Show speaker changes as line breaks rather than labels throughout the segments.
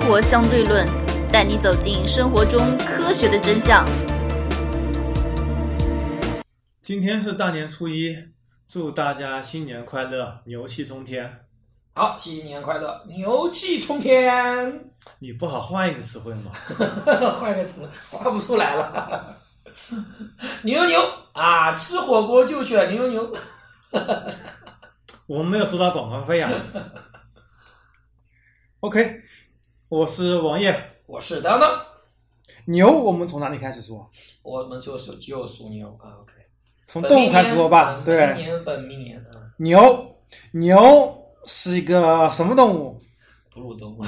活相对论》，带你走进生活中科学的真相。
今天是大年初一，祝大家新年快乐，牛气冲天！
好，新年快乐，牛气冲天！
你不好换一个词汇 吗？
换个词，画不出来了。 牛牛啊，吃火锅就去了牛牛。
我们没有收到广告费 啊。OK，我是王爷。
我是当当，
牛，我们从哪里开始说？
我们就是就属牛啊。OK，
从动物开始说吧。
啊本命
对，
年本命年啊，
牛，牛是一个什么动物？
哺乳动物。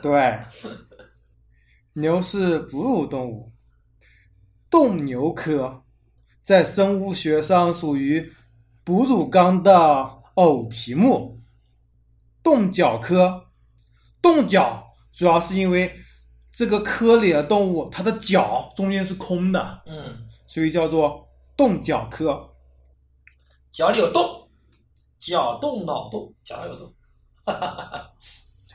对，牛是哺乳动物，动牛科，在生物学上属于哺乳纲的偶蹄目。动脚科，动脚主要是因为这个科里的动物，它的脚中间是空的，
嗯，
所以叫做动脚科。
脚里有洞，脚动脑洞，脚有洞。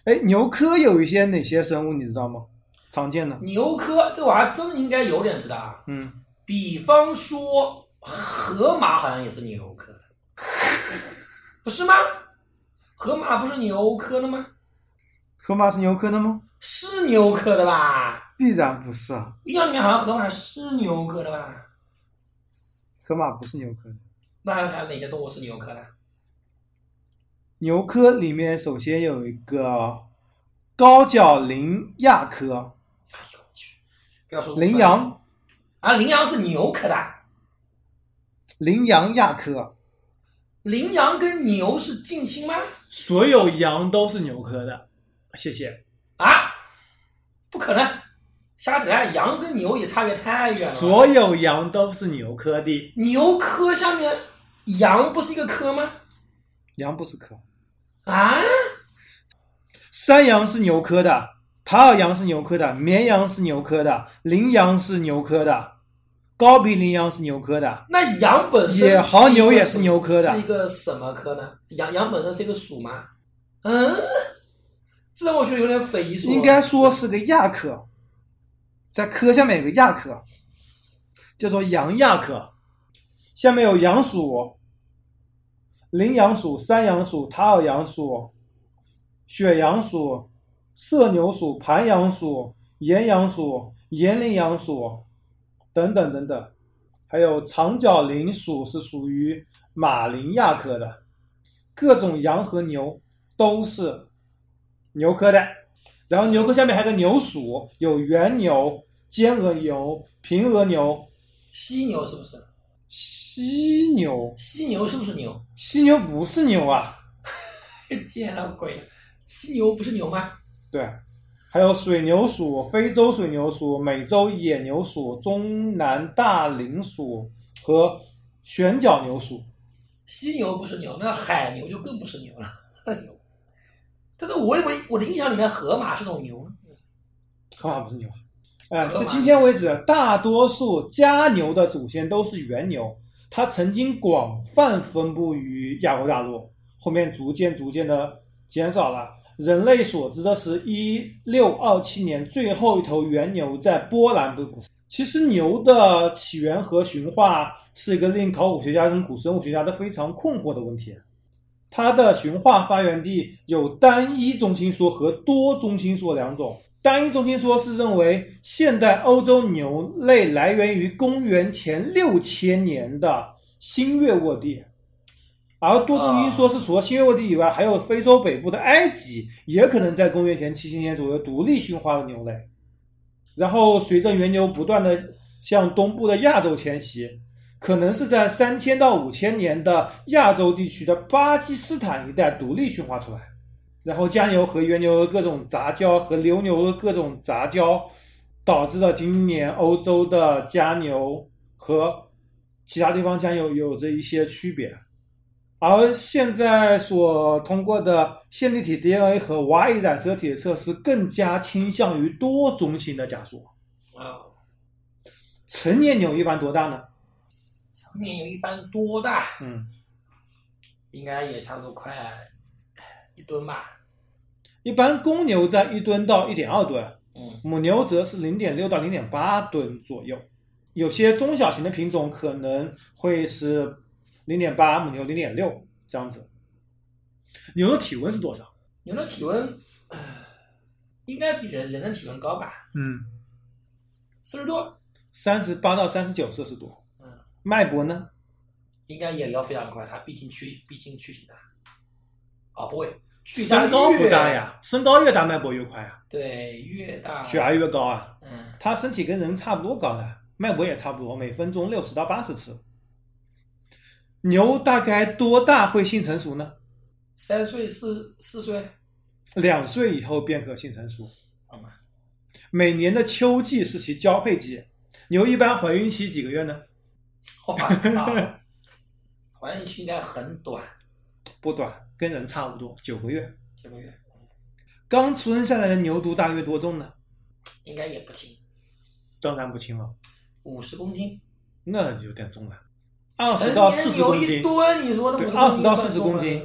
哎，牛科有一些哪些生物你知道吗？常见的，
牛科这我还真应该有点知道啊。
嗯，
比方说，河马好像也是牛科的，不是吗？河马不是牛科的吗？
河马是牛科的吗？
是牛科的吧？
必然不是啊。
印象里面好像河马是牛科的吧？
河马不是牛科的。
那还有还有哪些动物是牛科的？
牛科里面首先有一个高脚羚亚科，
哎呦我去！不要说
羚羊
啊，羚羊是牛科的，啊
羚羊亚科，
羚羊跟牛是近亲吗？
所有羊都是牛科的。谢谢。
啊，不可能，瞎扯淡！羊跟牛也差别太远了。
所有羊都是牛科的，
牛科下面羊不是一个科吗？
羊不是科。
啊，
山羊是牛科的，塔尔羊是牛科的，绵羊是牛科的，羚羊是牛科的，高鼻羚羊是牛科的，
那羊本身
野牦牛
是一个
也
什
是牛科的
是一个什么科呢？羊羊本身是一个属吗？嗯，这让我觉得有点匪夷所思。
应该说是个亚科，在科下面有个亚科，叫做羊亚科。下面有羊属、羚羊属、山羊属、塔尔羊属、雪羊属、射牛属、盘羊属、岩羊属、岩羚羊属等等等等。还有长角羚属是属于马羚亚科的，各种羊和牛都是牛科的。然后牛科下面还有个牛属，有原牛、尖额牛、平额牛、
犀牛是不是？
犀牛。
犀牛是不是牛？
犀牛不是牛啊，
见了鬼了！犀牛不是牛吗？
对。还有水牛属、非洲水牛属、美洲野牛属、中南大羚属和旋角牛属。
犀牛不是牛，那海牛就更不是牛了。 哎呦但是我以为我的印象里面河马是种牛呢。
河马不是牛啊。哎，
河马
至今天为止，大多数家牛的祖先都是原牛，它曾经广泛分布于亚欧大陆，后面逐渐逐渐的减少了。人类所知的是一六二七年最后一头原牛在波兰被捕。其实牛的起源和驯化是一个令考古学家跟古生物学家都非常困惑的问题。它的驯化发源地有单一中心说和多中心说两种。单一中心说是认为现代欧洲牛类来源于公元前六千年的新月沃地，而多中心说是除了新月沃地以外，还有非洲北部的埃及，也可能在公元前七千年左右独立驯化的牛类。然后随着原牛不断的向东部的亚洲迁徙，可能是在三千到五千年的亚洲地区的巴基斯坦一带独立驯化出来，然后家牛和原牛的各种杂交和流牛的各种杂交，导致了今年欧洲的家牛和其他地方家牛有着一些区别。而现在所通过的线粒体 DNA 和 Y 染色体的测试，更加倾向于多中心的假说。
啊，
成年牛一般多大呢？
成年牛一般多大？
嗯，
应该也差不多快一吨吧。
一般公牛在一吨到一点二吨，
嗯
母牛则是零点六到零点八吨左右。有些中小型的品种可能会是零点八，母牛零点六这样子。牛的体温是多少？
牛的体温唉应该比人人的体温高吧，
嗯，
四十多，
三十八到三十九摄氏度。
嗯，
脉搏呢？
应该也要非常快，它毕竟躯毕竟躯体大。哦，不会，躯体大
身高不
越
大，呀，身高越大脉搏越快啊，
对，越大
血压越高啊。
嗯
它身体跟人差不多高的，脉搏也差不多，每分钟六十到八十次。牛大概多大会性成熟呢？
三岁四四岁，
两岁以后便可性成熟。
好吗？
每年的秋季是其交配季，牛一般怀孕期几个月呢？
我靠，怀孕期应该很短，
不短，跟人差不多，九个月。
九个月，嗯
刚出生下来的牛犊大约多重呢？
应该也不轻，
当然不轻了，
五十公斤，
那有点重了，二
成
十
年
到四十
牛
公
一
斤。
吨，你说那
对
五十
20到40公斤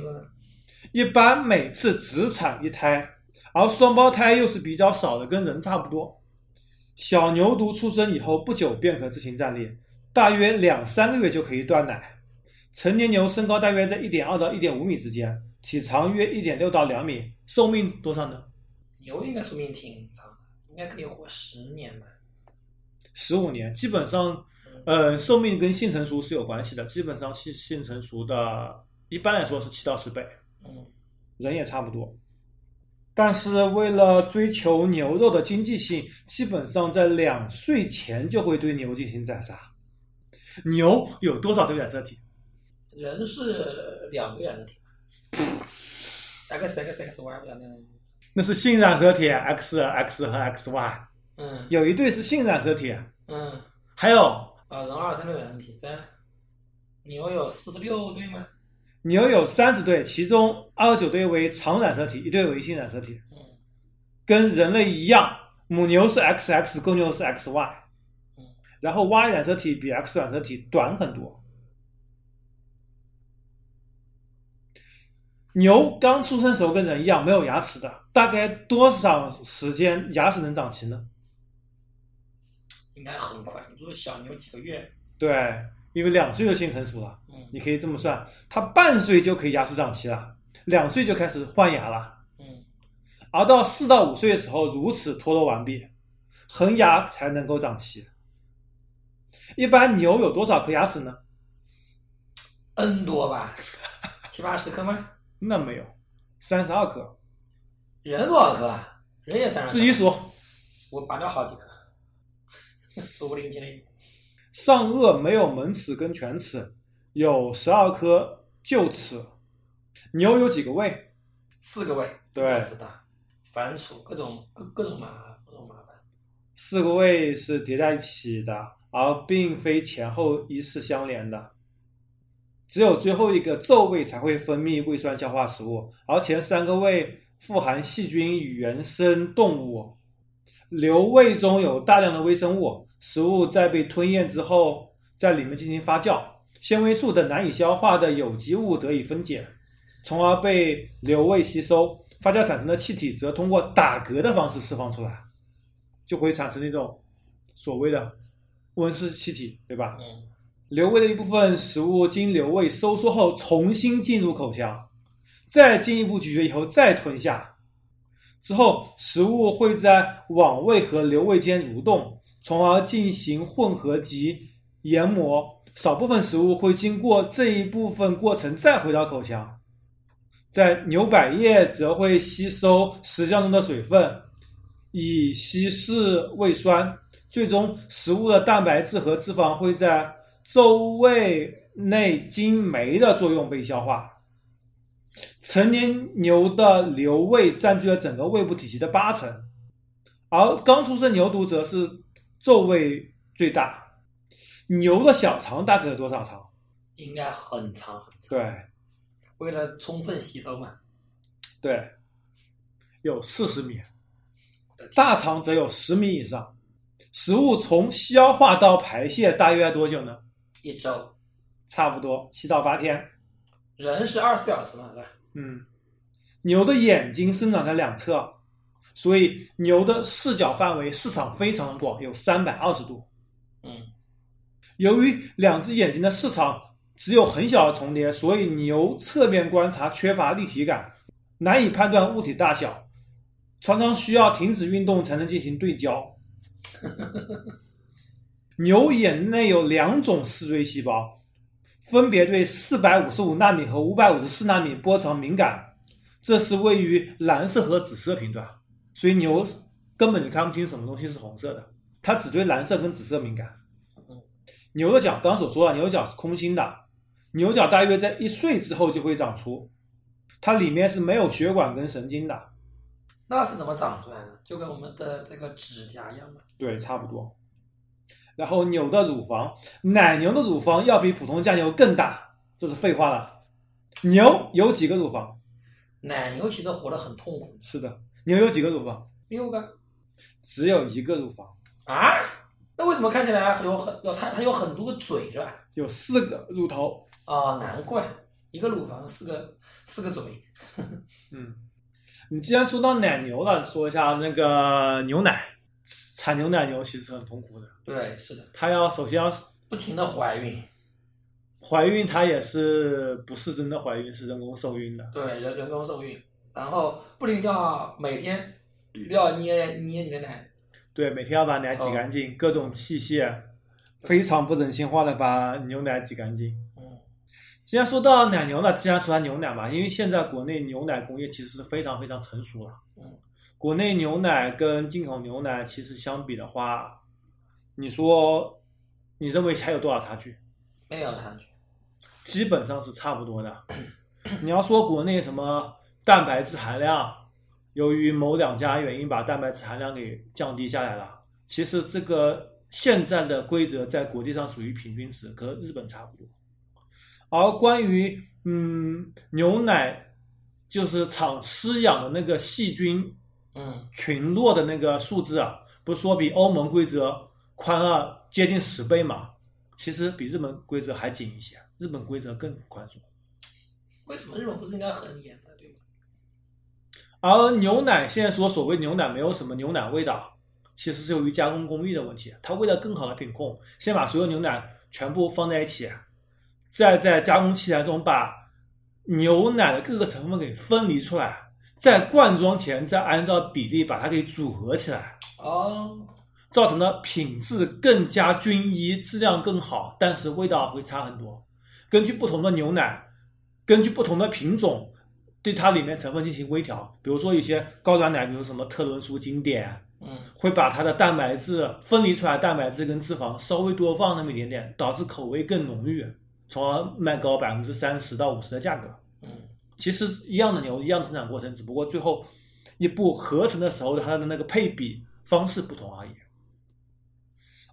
一般每次只产一胎，而双胞胎又是比较少的，跟人差不多。小牛犊出生以后不久便可自行站立，大约两三个月就可以断奶。成年牛身高大约在一点二到一点五米之间，体长约一点六到两米，寿命多少呢？
牛应该寿命挺长的，应该可以活十年吧。
十五年，基本上，呃，寿命跟性成熟是有关系的，基本上性性成熟的，一般来说是七到十倍。
嗯，
人也差不多。但是为了追求牛肉的经济性，基本上在两岁前就会对牛进行宰杀。牛有多少对染色体？
人是两个染色体吧，大概三个三个 Y 两个。
那是性染色体 X、X 和 XY，
嗯
有一对是性染色体，
嗯，
还有
啊，人二三六染色体，咱牛有四十六对吗？
牛有三十对，其中二十九对为常染色体，一对为性染色体。
嗯
跟人类一样，母牛是 XX，公牛是 XY，
嗯
然后 Y 染色体比 X 染色体短很多。牛刚出生时候跟人一样没有牙齿的，大概多少时间牙齿能长齐呢？
应该很快。你说小牛几个月？
对，因为两岁就性成熟了，
嗯
你可以这么算，它半岁就可以牙齿长齐了，两岁就开始换牙了。
嗯，
而到四到五岁的时候，乳齿脱落完毕，恒牙才能够长齐。一般牛有多少颗牙齿呢？
n 多吧，七八十颗吗？
那没有，三十二颗。
人多少颗啊？人也三十。
自己数，
我拔掉好几颗，数不零零零。
上颚没有门齿跟犬齿，有十二颗臼齿。牛有几个胃？
四个胃，
对
我知道，反刍各种各各种麻各种麻烦，
四个胃是叠在一起的，而并非前后依次相连的。只有最后一个皱胃才会分泌胃酸消化食物，而前三个胃富含细菌与原生动物。瘤胃中有大量的微生物，食物在被吞咽之后，在里面进行发酵，纤维素等难以消化的有机物得以分解，从而被瘤胃吸收。发酵产生的气体则通过打嗝的方式释放出来，就会产生那种所谓的温室气体，对吧？
嗯，
瘤胃的一部分食物经瘤胃收缩后重新进入口腔，再进一步咀嚼以后再吞下。之后，食物会在网胃和瘤胃间蠕动，从而进行混合及研磨。少部分食物会经过这一部分过程再回到口腔。在牛百叶则会吸收食浆中的水分，以稀释胃酸，最终食物的蛋白质和脂肪会在周胃内经酶的作用被消化。成年牛的瘤胃占据了整个胃部体积的八成，而刚出生牛犊则是皱胃最大。牛的小肠大概有多少肠？
应该很长很长，
对
为了充分吸收嘛，
对，有四十米
我的天
大肠则有十米以上。食物从消化到排泄大约要多久呢？
一周，
差不多七到八天。
人是二十四小时嘛，是吧？
嗯，牛的眼睛生长在两侧，所以牛的视角范围市场非常的广，有三百二十度。
嗯
由于两只眼睛的市场只有很小的重叠，所以牛侧面观察缺乏立体感，难以判断物体大小，常常需要停止运动才能进行对焦。牛眼内有两种视锥细胞，分别对455纳米和554纳米波长敏感，这是位于蓝色和紫色频段，所以牛根本就看不清什么东西是红色的，它只对蓝色跟紫色敏感。牛的角，刚所说了，牛角是空心的，牛角大约在一岁之后就会长出，它里面是没有血管跟神经的。
那是怎么长出来的？就跟我们的这个指甲一样嘛。
对，差不多。然后牛的乳房，奶牛的乳房要比普通家牛更大，这是废话了。牛有几个乳房？
奶牛其实活得很痛苦，
是的，牛有几个乳房？
六个
只有一个乳房，
啊？那为什么看起来有很有它它有很多个嘴是吧？
有四个乳头。
啊、难怪一个乳房四个四个嘴。
嗯，你既然说到奶牛了，说一下那个牛奶，产牛奶牛其实很痛苦的，
对，是的，
它要首先要
不停的怀孕，
怀孕它也是不是真的怀孕，是人工受孕的。
对，人人工受孕，然后不停地要每天要捏捏你的奶，
对，每天要把奶挤干净，各种器械，非常不人性化的把牛奶挤干净。
嗯，
既然说到奶牛了，既然说到牛奶嘛，因为现在国内牛奶工业其实是非常非常成熟了。
嗯，
国内牛奶跟进口牛奶其实相比的话，你说你认为还有多少差距？
没有差距。
基本上是差不多的。 你要说国内什么蛋白质含量，由于某两家原因把蛋白质含量给降低下来了，其实这个现在的规则在国际上属于平均值，和日本差不多。而关于嗯牛奶，就是厂饲养的那个细菌
嗯
群落的那个数字啊，不是说比欧盟规则宽了接近十倍嘛？其实比日本规则还紧一些，日本规则更宽松。，
为什么日本不是应该很严的，对吗？
而牛奶现在说所谓牛奶没有什么牛奶味道，其实是由于加工工艺的问题。它为了更好的品控，先把所有牛奶全部放在一起，再在加工器材中把牛奶的各个成分给分离出来，在灌装前再按照比例把它给组合起来。
哦，
造成的品质更加均一，质量更好，但是味道会差很多。根据不同的牛奶，根据不同的品种，对它里面成分进行微调。比如说一些高端奶，比如什么特仑苏经典，
嗯，
会把它的蛋白质分离出来，蛋白质跟脂肪稍微多放那么一点点，导致口味更浓郁，从而卖高百分之三十到五十的价格。
嗯，
其实一样的牛，一样的生产过程，只不过最后一步合成的时候，它的那个配比方式不同而已。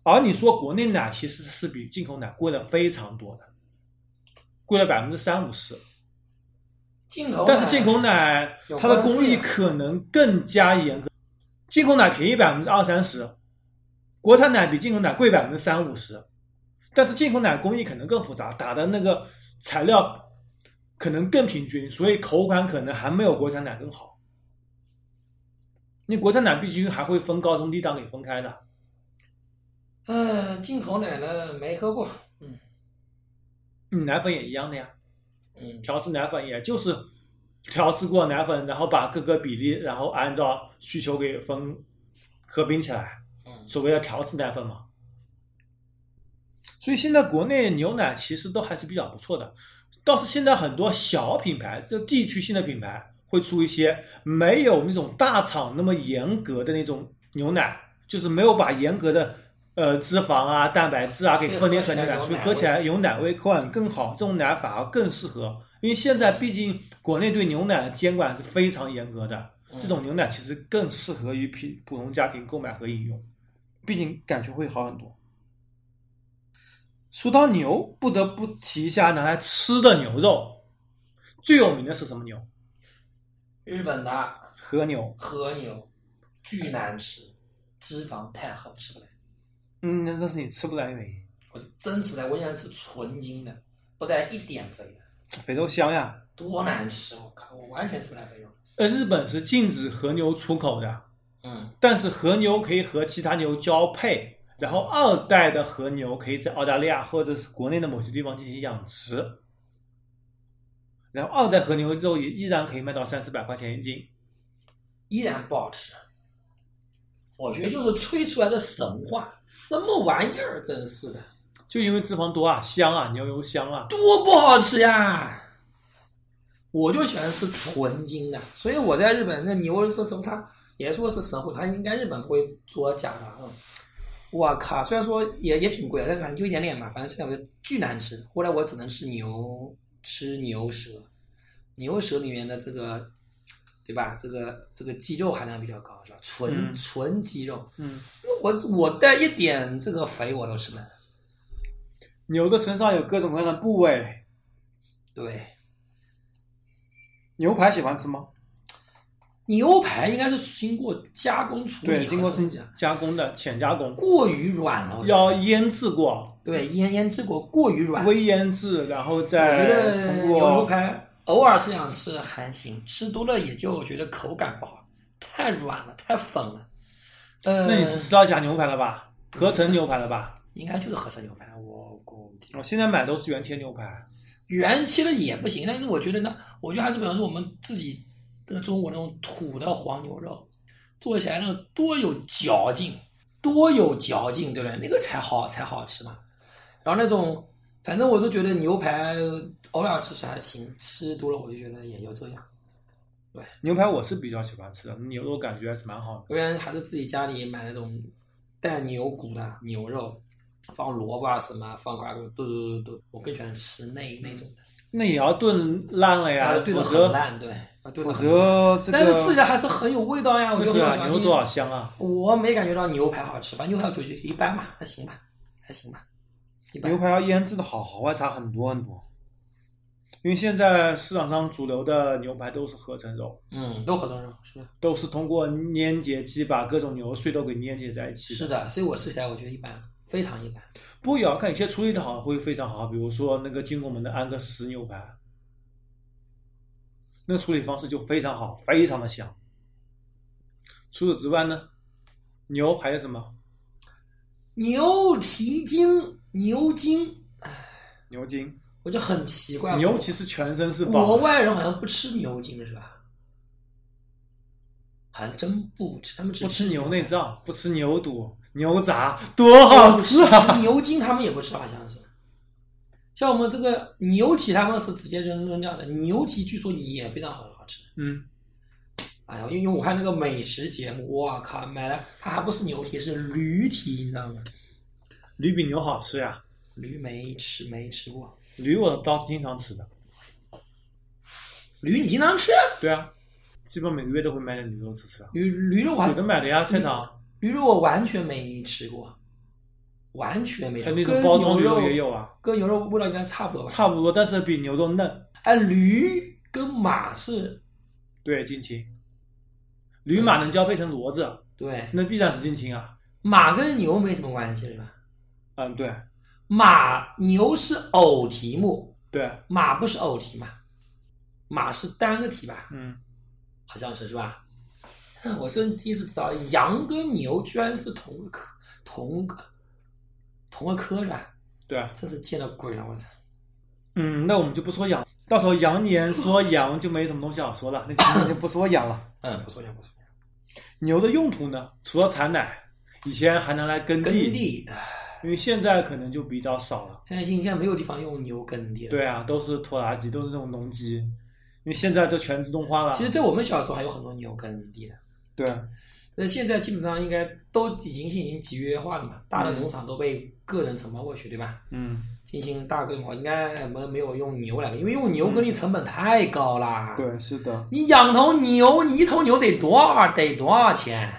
而你说国内奶其实是比进口奶贵了非常多的，贵了百分之三五十。
进口，
但是进口，奶
有
它的
关税
工艺
啊
可能更加严格，进口奶便宜百分之二三十，国产奶比进口奶贵百分之三五十，但是进口奶工艺可能更复杂，打的那个材料可能更平均，所以口感可能还没有国产奶更好。你国产奶毕竟还会分高中低档给分开的，
嗯，进口奶呢没喝过，嗯
你奶粉也一样的呀。
嗯，
调制奶粉也就是调制过奶粉，然后把各个比例，然后按照需求给分合并起来，
嗯
所谓的调制奶粉嘛。所以现在国内牛奶其实都还是比较不错的，倒是现在很多小品牌，这地区性的品牌会出一些没有那种大厂那么严格的那种牛奶，就是没有把严格的呃脂肪啊、蛋白质啊给分离出来的奶，所以喝起来有奶味，口感更好，这种奶反而更适合。因为现在毕竟国内对牛奶的监管是非常严格的，
嗯
这种牛奶其实更适合于普普通家庭购买和饮用，毕竟感觉会好很多。说到牛，不得不提一下拿来吃的牛肉，最有名的是什么牛？
日本的
和牛。
和牛巨难吃，脂肪太厚吃不来，
嗯，那那是你吃不来的原因，
我是真吃不来，我想吃纯精的，不带一点肥的，
肥肉香呀。
多难吃！我靠，我完全吃不来肥肉。
呃，日本是禁止和牛出口的，
嗯，
但是和牛可以和其他牛交配，然后二代的和牛可以在澳大利亚或者是国内的某些地方进行养殖，然后二代和牛肉也依然可以卖到三四百块钱一斤。
依然不好吃。我觉得就是吹出来的神话，什么玩意儿，真是的，
就因为脂肪多啊，香啊，牛油香啊，
多不好吃呀！我就喜欢吃纯金的，所以我在日本那牛肉说什么，他也说是神户，他应该日本不会做假的啊。我靠，虽然说也也挺贵的，但反正就一点点嘛，反正现在我觉得巨难吃。后来我只能吃牛吃牛舌，牛舌里面的这个，对吧？这个这个鸡肉含量比较高，是吧？纯、
嗯
纯鸡肉，
嗯，
我我带一点这个肥我都吃不来。
牛的身上有各种各样的部位。
对，
牛排喜欢吃吗？
牛排应该是经过加工处
对，
理
经过
和
深
升级，
加工的、浅加工，
过于软了。我觉得
要腌制过、
对腌腌制过过于软，我
微腌制，然后
觉
再
得
呃通
牛
过
排偶尔吃两次还行，吃多了也就觉得口感不好，太软了，太粉了。呃，
那你是吃到假牛排了吧？合成牛排了吧？
应该就是合成牛排，我估计
我啊现在买都是原切牛排，
原切的也不行，但是我觉得呢，我觉得还是比方说我们自己那个中国那种土的黄牛肉，做起来那个多有嚼劲，多有嚼劲，对不对？那个才好才好吃嘛。然后那种，反正我是觉得牛排偶尔吃吃还行，吃多了我就觉得也就这样。
牛排我是比较喜欢吃的，牛肉感觉还是蛮好的。
有些人还是自己家里买那种带牛骨的牛肉，放萝卜啊什么，放瓜果，对对对对，我更喜欢吃那那种的，
那也要炖烂了呀，
啊炖的
否
很
则
烂，对，啊炖
否
的很烂。
则这个
但是吃起来还是很有味道呀，我
那
觉
是
得
啊
很
牛多少香啊！
我没感觉到牛排好吃吧？牛排我觉得一般吧，还行吧，还行吧，一般
牛。排要腌制的好好啊，差很多很多。因为现在市场上主流的牛排都是合成肉，
嗯，都合成肉是
都是通过粘结机把各种牛碎都给粘结在一起的。
是的，所以我吃起来我觉得一般，非常一般。
不过也要看有些处理的好会非常好，比如说那个进贡门的安格斯牛排，那处理方式就非常好，非常的香。除此之外呢，牛还有什么？
牛蹄筋、牛筋，
牛筋，
我就很奇怪。
牛其实全身是宝。
国外人好像不吃牛筋是吧？还真不吃，他们只
不吃牛内脏，不吃牛肚、牛杂，多 好吃啊！
牛筋他们也不吃，好像是。像我们这个牛蹄，他们是直接扔扔掉的。牛蹄据说也非常好好吃。
嗯，
哎呀，因为我看那个美食节目，我靠，买了它还不是牛蹄，是驴蹄，你知道吗？
驴比牛好吃呀，
驴没吃，没吃过。
驴我倒是经常吃的。
驴你经常吃？
对啊，基本每个月都会买点驴肉吃吃啊。
驴驴肉我还
有的买的呀，菜场，
驴肉我完全没吃过，完全没
它
吃
哎那种
过。嗯跟
包装
牛
驴肉
肉
也，有啊，
跟牛肉味道应该差不多吧？
差不多，但是比牛肉嫩。
哎，驴跟马是，
对，近亲，驴马能交配成骡子，啊
对，
那必然是近亲啊。
马跟牛没什么关系是吧？
嗯，对
马牛是偶蹄目，
对，
马不是偶蹄嘛？马是单个蹄吧？
嗯，
好像是是吧？ 我真第一次知道，羊跟牛居然是同个科，同个同个科是吧？
对，啊
真是见了鬼了！我操，
嗯，那我们就不说羊，到时候羊年说羊就没什么东西好说了，那今天就不说羊了。
嗯，不错呀，不错呀。
牛的用途呢，除了产奶，以前还拿来耕
耕
地，
地，唉
因为现在可能就比较少了。
现在应该没有地方用牛耕地了。，
对啊，都是拖拉机，都是这种农机，因为现在都全自动化了。
其实，在我们小时候还有很多牛耕地的，
对，
但是现在基本上应该都已经进行集约化了嘛，大的
嗯
农场都被个人承包过去，对吧？
嗯，
进行大规模，应该没没有用牛来耕，因为用牛耕地成本太高啦。。
嗯对，是的，
你养头牛，你一头牛得多少得多少钱？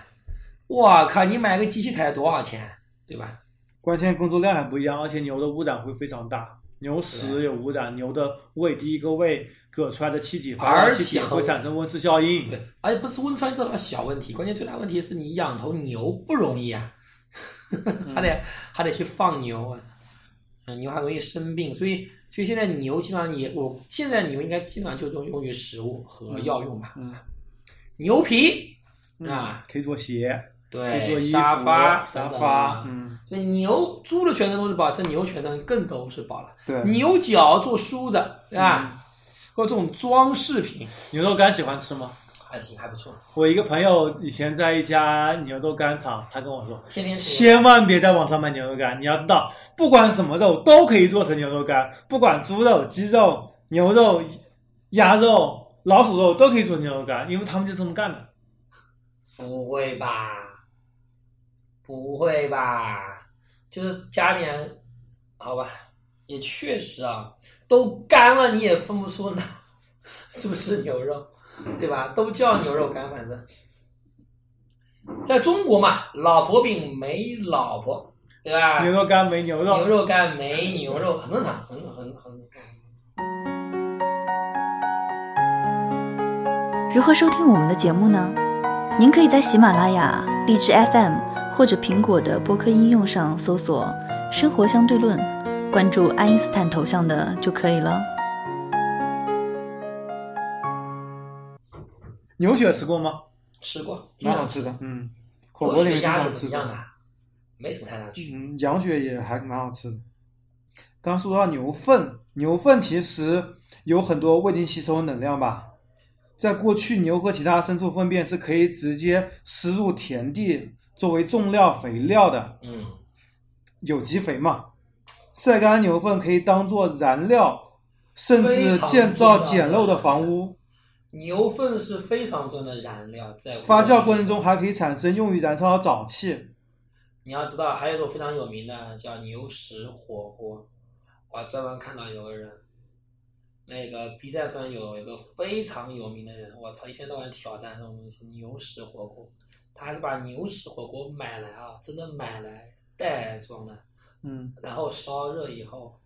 我靠，你买个机器才多少钱，对吧？
关键工作量还不一样，而且牛的污染会非常大。牛
对
屎有污染，牛的胃第一个胃隔出来的气体发
而
热
且
气体
很
会产生温室效应。
对，而哎且不是温川这种小问题，关键最大问题是你养头牛不容易啊，
嗯
还得还得去放牛，我操，嗯牛还容易生病，所以所以现在牛基本上也，我现在牛应该基本上就用用于食物和药用吧，
嗯
是吧牛皮啊，
可以做鞋，可以做
对，
衣服、
哎沙发、
沙
等等
发
啊，
嗯，
所以牛猪的全身都是宝，是牛全身更都是宝了。
对，嗯
牛角做梳子，对吧？或者这种装饰品，
牛肉干喜欢吃吗？
还行，还不错。
我一个朋友以前在一家牛肉干厂，他跟我说，
天天吃，
千万别在网上买牛肉干。你要知道，不管什么肉都可以做成牛肉干，不管猪肉、鸡肉、牛肉、鸭肉、老鼠肉都可以做牛肉干，因为他们就这么干的。
不会吧？不会吧？就是家里人，好吧，也确实啊，都干了你也分不出哪 是不是牛肉，对吧？都叫牛肉干，反正在中国嘛，老婆饼没老婆，对吧？
牛肉干没牛
哎牛
肉，
肉干没牛肉，很正常，很很很。
如何收听我们的节目呢？您可以在喜马拉雅、荔枝 FM 或者苹果的播客应用上搜索“生活相对论”，关注爱因斯坦头像的就可以了。
牛血吃过吗？
吃过，
吃的，嗯，火
火
锅
锅
里面
跟
经
鸭血
常
不
吃
一样的，没什么太大区别。
嗯，羊血也还蛮好吃的。刚说到牛粪，牛粪其实有很多未经吸收能量吧。在过去，牛和其他牲畜粪便是可以直接施入田地作为种料肥料的，
嗯，
有机肥嘛。晒干牛粪可以当做燃料，甚至
非常
建造
重要
简
的
陋的房屋。
牛粪是非常重要的燃料，在
发酵过程中，还可以产生用于燃烧的沼气。
你要知道，还有一种非常有名的叫牛屎火锅，我还专门看到有个人，那个 B 站上有一个非常有名的人，我操，一天到晚挑战这种东西，牛屎火锅，他是把牛屎火锅买来啊，真的买来袋装的，
嗯，
然后烧热以后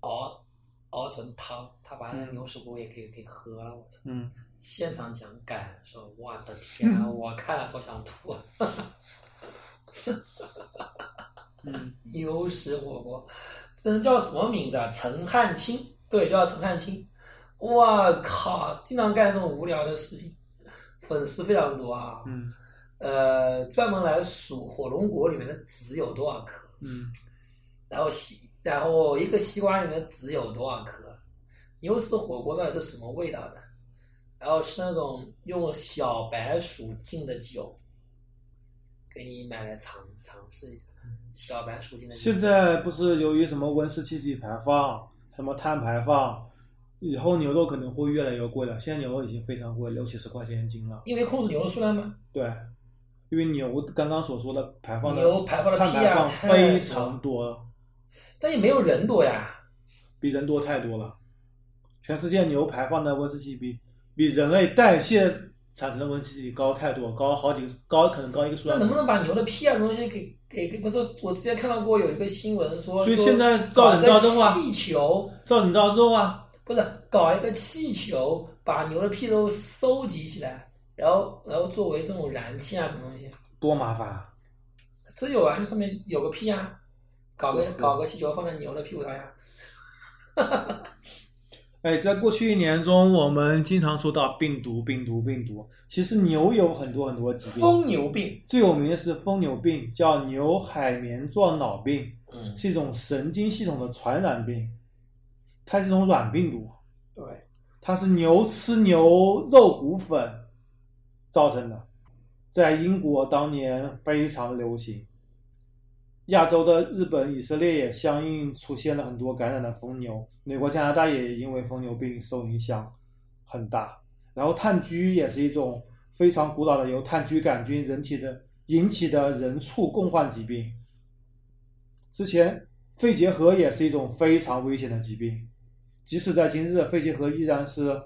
熬熬成汤，他把那牛屎锅也给给喝了，我操！
嗯，
现场讲感受，我的天啊，我看了都想吐。啊
嗯，
牛屎火锅，这人叫什么名字啊？陈汉卿，对，叫陈汉卿。我靠，经常干这种无聊的事情，粉丝非常多啊。
嗯，
呃，专门来数火龙果里面的籽有多少颗，
嗯，
然后西，然后一个西瓜里面的籽有多少颗？牛屎火锅到底是什么味道的？然后是那种用小白鼠浸的酒，给你买来尝尝试一下。小白鼠浸的酒，
现在不是由于什么温室气体排放、什么碳排放，以后牛肉可能会越来越贵了。现在牛肉已经非常贵，六七十块钱一斤了。
因为控制牛的数量嘛，
对，因为牛刚刚所说的排放的
牛排放的
碳
屁
排
呀
放
太
非
多
常
了
多，
但也没有人多呀。
比人多太多了。全世界牛排放的温室气体比比人类代谢产生的温室气体高太多，高好几个，高可能高一个数
那
量级。
能不能把牛的屁啊东西给给给？不是，我之前看到过有一个新闻说，
所以
说
现在造
搞
人
一个
造肉啊
气球，
造你造肉啊？
不是搞一个气球，把牛的屁都收集起来，然后然后作为这种燃气啊什么东西，
多麻烦啊！
这有啊，这上面有个屁啊，搞个
嗯对对
搞个气球放在牛的屁股上呀。
哎，在过去一年中，我们经常说到病毒、病毒、病毒。其实牛有很多很多疾病，
疯牛病，
最有名的是疯牛病，叫牛海绵状脑病，
嗯，
是一种神经系统的传染病。它是一种软病毒，
对，
它是牛吃牛肉骨粉造成的，在英国当年非常流行。亚洲的日本、以色列也相应出现了很多感染的疯牛，美国、加拿大也因为疯牛病受影响很大。然后炭疽也是一种非常古老的由炭疽杆菌人体的引起的人畜共患疾病。之前肺结核也是一种非常危险的疾病，即使在今日，肺结核依然是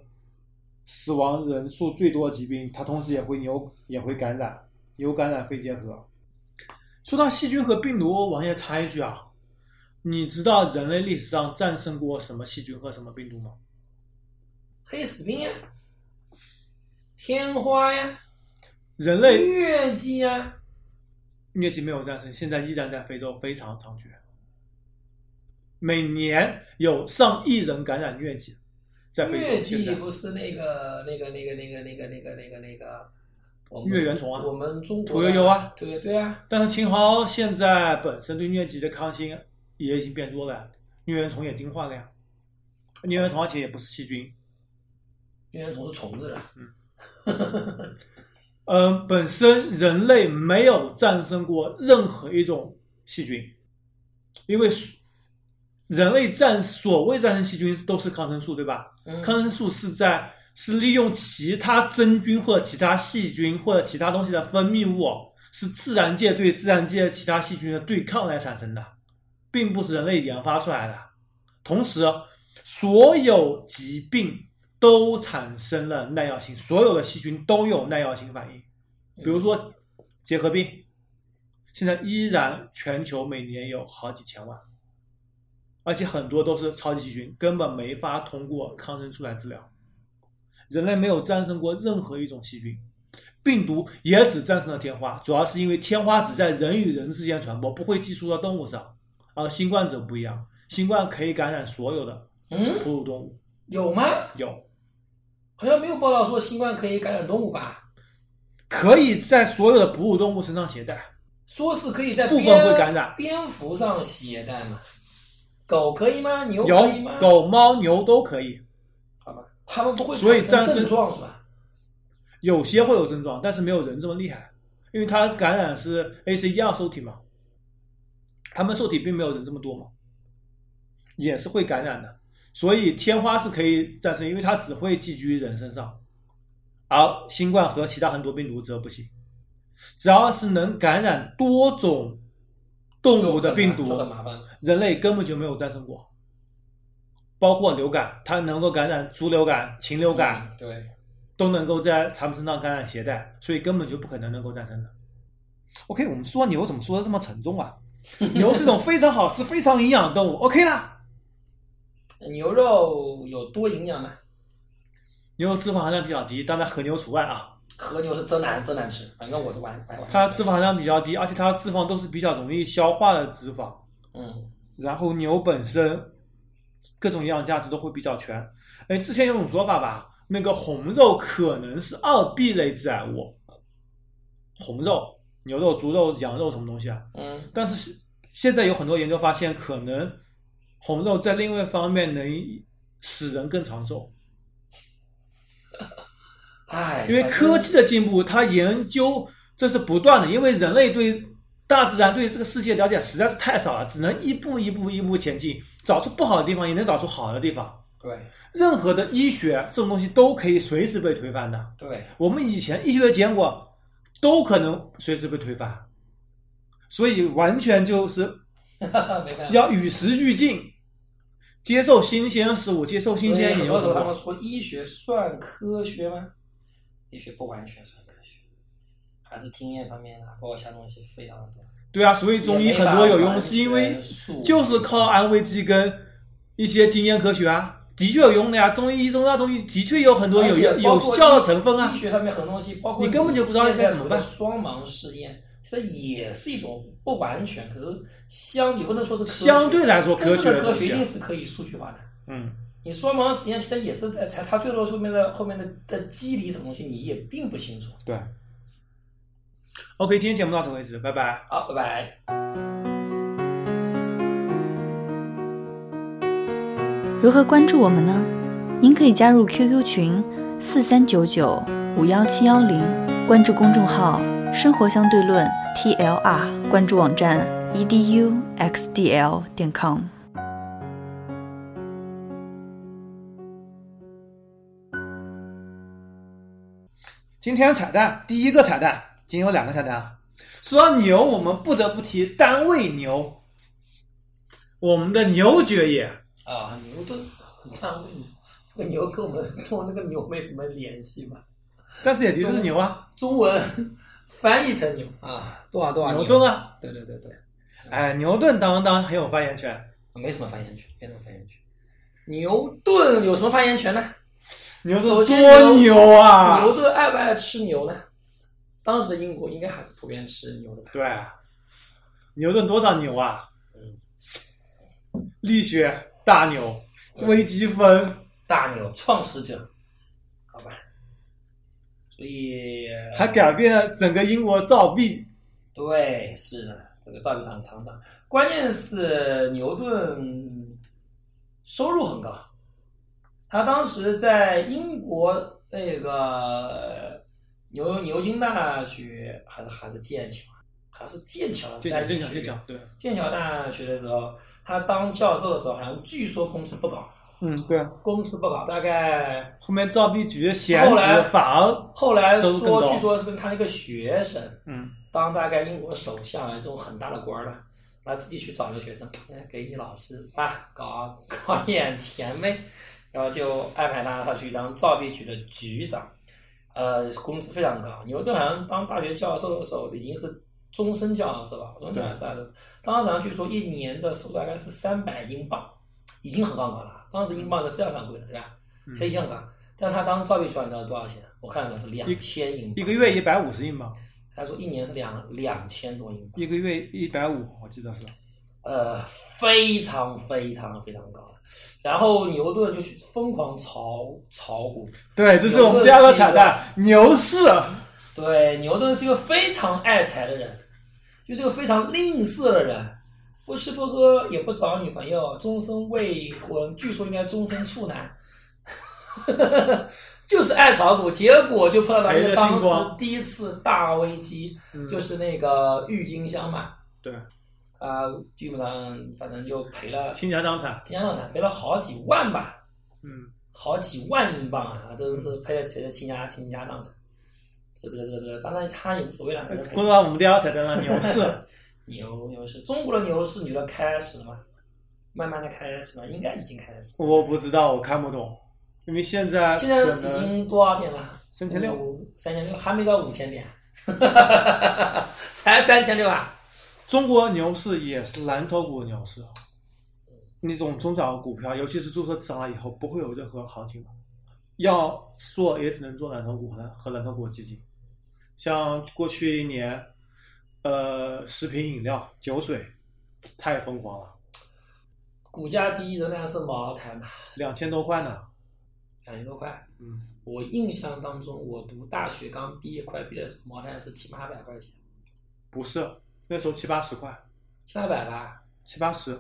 死亡人数最多的疾病，它同时也会牛也会感染牛感染肺结核。说到细菌和病毒，我往下插一句啊，你知道人类历史上战胜过什么细菌和什么病毒吗？
黑死病呀，天花呀，
人类
疟疾呀，
疟疾没有战胜，现在依然在非洲非常猖獗，每年有上亿人感染疟疾，在非
疟
洲现
疾
在
不是那个那个那个那个那个那个那个那个我们
月圆虫啊
我们中国
屠呦呦
啊，
啊。
对对啊，
但是秦朝现在本身对疟疾的抗性也已经变弱了呀，疟原虫也进化了呀。疟原虫而且也不是细菌，
月圆虫是虫子啊，
嗯，本身人类没有战胜过任何一种细菌，因为所人类战所谓战胜细菌都是抗生素，对吧？
嗯
抗生素是在是利用其他真菌或者其他细菌或者其他东西的分泌物，是自然界对自然界其他细菌的对抗来产生的，并不是人类研发出来的。同时，所有疾病都产生了耐药性，所有的细菌都有耐药性反应。比如说结核病，现在依然全球每年有好几千万，而且很多都是超级细菌，根本没法通过抗生素来治疗。人类没有战胜过任何一种细菌，病毒也只战胜了天花，主要是因为天花只在人与人之间传播，不会寄宿到动物上，而新冠则不一样，新冠可以感染所有的
嗯，
哺乳动物。
有吗？
有，
好像没有报道说新冠可以感染动物吧？
可以在所有的哺乳动物身上携带，
说是可以在
部分
蝙
会感染
蝙蝠上携带嘛？狗可以吗？牛
有
可以吗？
狗、猫、牛都可以。
好吧，它们不会
所以
产
战
生
胜
症状是吧？
有些会有症状，但是没有人这么厉害，因为它感染是 ACE 二受体嘛，他们受体并没有人这么多嘛，也是会感染的。所以天花是可以战胜，因为它只会寄居于人身上，而新冠和其他很多病毒则不行。只要是能感染多种动物的病毒，
就啊很麻烦。
人类根本就没有战胜过，包括流感，它能够感染猪流感、禽流感、
嗯对，
都能够在他们身上感染携带，所以根本就不可能能够战胜的。OK，我们说牛怎么说的这么沉重啊？ 牛是种非常好吃、非常营养的动物，OK 啦。
牛肉有多营养呢？
牛肉脂肪含量比较低，当然和牛除外啊。
和牛是真难真难吃，反正我是完完完。
它脂肪含量比较低，而且它脂肪都是比较容易消化的脂肪。
嗯
然后牛本身各种营养价值都会比较全。哎，之前有种说法吧，那个红肉可能是二 B 类致癌物，红肉、牛肉、猪肉、羊肉什么东西啊？
嗯
但是是现在有很多研究发现，可能红肉在另外一方面能使人更长寿，
唉，
因为
哎反正
科技的进步，它研究这是不断的，因为人类对大自然对这个世界了解实在是太少了，只能一步一步一步前进，找出不好的地方，也能找出好的地方。
对
任何的医学这种东西都可以随时被推翻的，
对，
我们以前医学的结果都可能随时被推翻，所以完全就是
没办法。
要与时俱进，接受新鲜事物，接受新鲜
很
饮
多
用
时
什
候他们
么？
说医学算科学吗？医学不完全算科学，还是经验上面啊，包括其他东西非常的多。
对啊，所以中医很多有用，是因为就是靠安慰剂跟一些经验科学啊，的确有用的呀。中医、中药、中医的确有很多有
而且包
有
括
效的成分啊
医。学上面很多东西，包括
你根本就不知道
现在
该怎么办
所谓的双盲试验，这也是一种不完全，可是相也不能说是科学
相对来说科学
真
的
正的科
东
学一
西啊
定，是可以数据化的。
嗯，
你双盲实验其实也是在才它最后后面的后面的的机理什么东西，你也并不清楚。
对。OK，今天节目到此为止，拜拜。
好，拜拜。
如何关注我们呢？您可以加入 QQ 群四三九九五幺七幺零，关注公众号“生活相对论 ”TLR，关注网站 E eduxdl 点 com。
今天彩蛋，第一个彩蛋，今天有两个彩蛋啊。说到牛，我们不得不提单位牛，我们的牛爵爷。
啊，牛顿，你看这个牛跟我们 中文那个牛没什么联系吧？
但是也的确是牛啊，
中文 翻译成牛啊，多少多少
牛顿
啊？
啊，
对对对对，
哎，牛顿当当很有发言权。
没什么发言权，没什么发言权。牛顿有什么发言权呢？
牛
首
顿
先
多牛啊！
牛顿爱不爱吃牛呢？当时的英国应该还是普遍吃牛的吧？
对，啊牛顿多少牛啊？力学大牛，
嗯对
微积分
大牛创始者，好吧。所以
还改变了整个英国造币。
对，是的，这个造币厂厂长，关键是牛顿收入很高，他当时在英国那个牛牛津大学还是还是剑桥，还是剑桥三
这
年
讲这
学
讲，对，
剑桥大学的时候，他当教授的时候，好像据说工资不高，
嗯，对。
工资不高，大概
后面造币局闲
后来
职反而，
后来
收入更
说，
高
据说是他那个学生
嗯，
当大概英国首相啊这种很大的官儿了，然后自己去找一个学生，哎，给你老师是吧？搞搞点钱呗，然后就安排他他去当造币局的局长，呃，工资非常高。牛顿好像当大学教授的时候已经是终身教授了，终身教授了，当时好像据说一年的收入大概是三百英镑，已经很高很高了。当时英镑是非常非常贵的，对吧？
嗯
所以香港，但他当造币局长你知道多少钱？我看了是两千英镑，
一个月一百五十英镑，
他说一年是两两千多英镑，
一个月一百五，我记得是。
呃，非常非常非常高。然后牛顿就去疯狂炒炒股，
对，这是我们第二个彩蛋，牛市。
对，牛顿是一个非常爱财的人，就是个非常吝啬的人，不吃不喝也不找女朋友，终身未婚，据说应该终身处男， 就是爱炒股，结果就碰到了那个当时第一次大危机，
嗯
就是那个郁金香嘛，
对，
啊，基本上反正就赔了，
倾家荡产。
金香产赔了好几万吧，
嗯，
好几万英镑啊，真的是赔了谁的倾家倾家荡产。这个这个这个这个，当然他也无所谓了，反正赔
回到我们第二个彩蛋了，牛市。
牛牛市，中国的牛市，你都开始了吗？慢慢的开始了，应该已经开始
我不知道，我看不懂，因为现在
了。现在
可
已
能
经多少点了？
三千六
五，三千六，还没到五千点， 才三千六啊！
中国牛市也是蓝筹股牛市，那种中小股票，尤其是注册市场了以后，不会有任何行情的。要做也只能做蓝筹股和和蓝筹股基金，像过去一年，呃，食品饮料、酒水太疯狂了，
股价第一仍然是茅台嘛，
两千多块呢。
两千多块。
嗯，
我印象当中，我读大学刚毕业快毕业的时候，茅台是七八百块钱，
不是，那时候七八十块，
七八百吧，
七八十，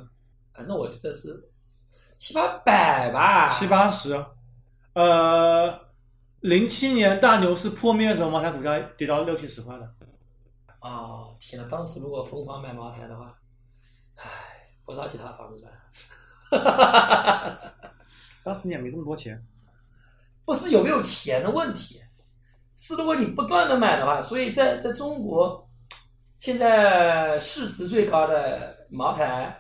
反正我记得是七八百吧，
七八十。呃，零七年大牛市破灭的时候，茅台股价跌到六七十块的。
哦，天呐，当时如果疯狂买茅台的话，唉，不知道其他房子赚。
当时你也没这么多钱。
不是有没有钱的问题，是如果你不断的买的话，所以在在中国，现在市值最高的茅台、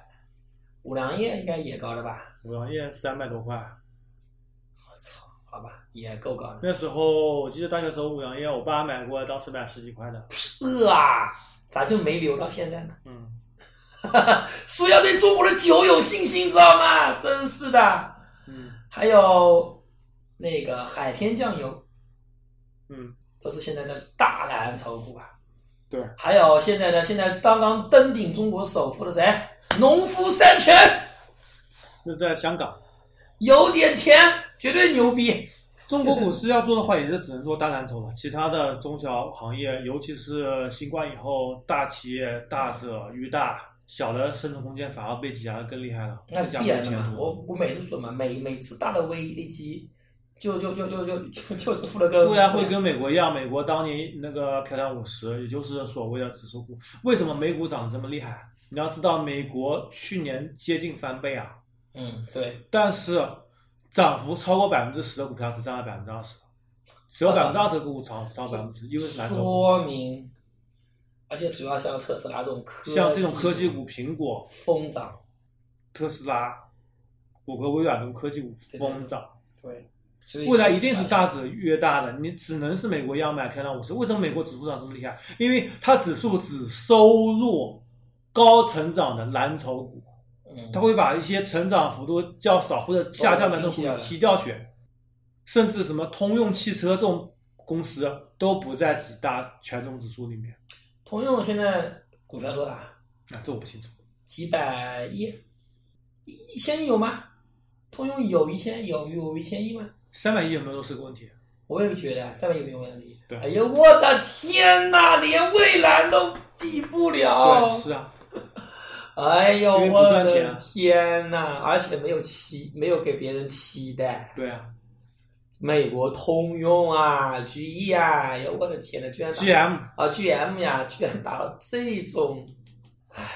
五粮液应该也高了吧？
五粮液三百多块，
我操，好吧，也够高了。
那时候我记得大学时候五粮液，我爸买过，当时买十几块的。
饿啊，咋就没留到现在呢？
嗯，
所以要对中国的酒有信心，知道吗？真是的。
嗯
还有那个海天酱油，
嗯，
都是现在的大蓝筹股啊。
对，
还有现在的现在刚刚登顶中国首富的谁？农夫山泉，
那在香港，
有点甜，绝对牛逼。
中国股市要做的话，也是只能做大蓝筹了，其他的中小行业，尤其是新冠以后，大企业大者愈大，小的生存空间反而被挤压的更厉害了。
那
这
是
家
必然的
没前
嘛。
途
我我每次说嘛，每每次大的危机，就就就就就就就是富勒根，
未来会跟美国一样，美国当年那个漂亮五十，也就是所谓的指数股，为什么美股涨得这么厉害？你要知道，美国去年接近翻倍啊，
嗯对，
但是涨幅超过百分之十的股票只占了百分之二十，只有百分之二十的股涨超百分之，因为是蓝筹股，
说明，而且主要像特斯拉这种科
像这种科技股，苹果、
疯涨，
特斯拉、谷歌、微软这种科技股疯涨。
对，所以
未来一定是大者越大的，你只能是美国一样买漂亮五十。为什么美国指数涨这么厉害？因为它指数只收录高成长的蓝筹股，
嗯，
它会把一些成长幅度较少或者下降的蓝筹股踢掉去，甚至什么通用汽车这种公司都不在几大权重指数里面。
通用现在股票多少？
啊，这我不清楚。
几百亿？一千有吗？通用有一千有有一千亿吗？
三百亿有没有都是个问题。
我也觉得啊，三百有没有问题？
对
哎呀，我的天呐，连蔚蓝都比不了
对，。是啊，
哎呦，
因为不
我
赚钱
的
啊
天呐！而且没有期，没有给别人期待。
对啊
美国通用啊，GE 啊，哎呦，我的天呐，居然打
，GM
啊 GM 呀、居然打到这种，唉，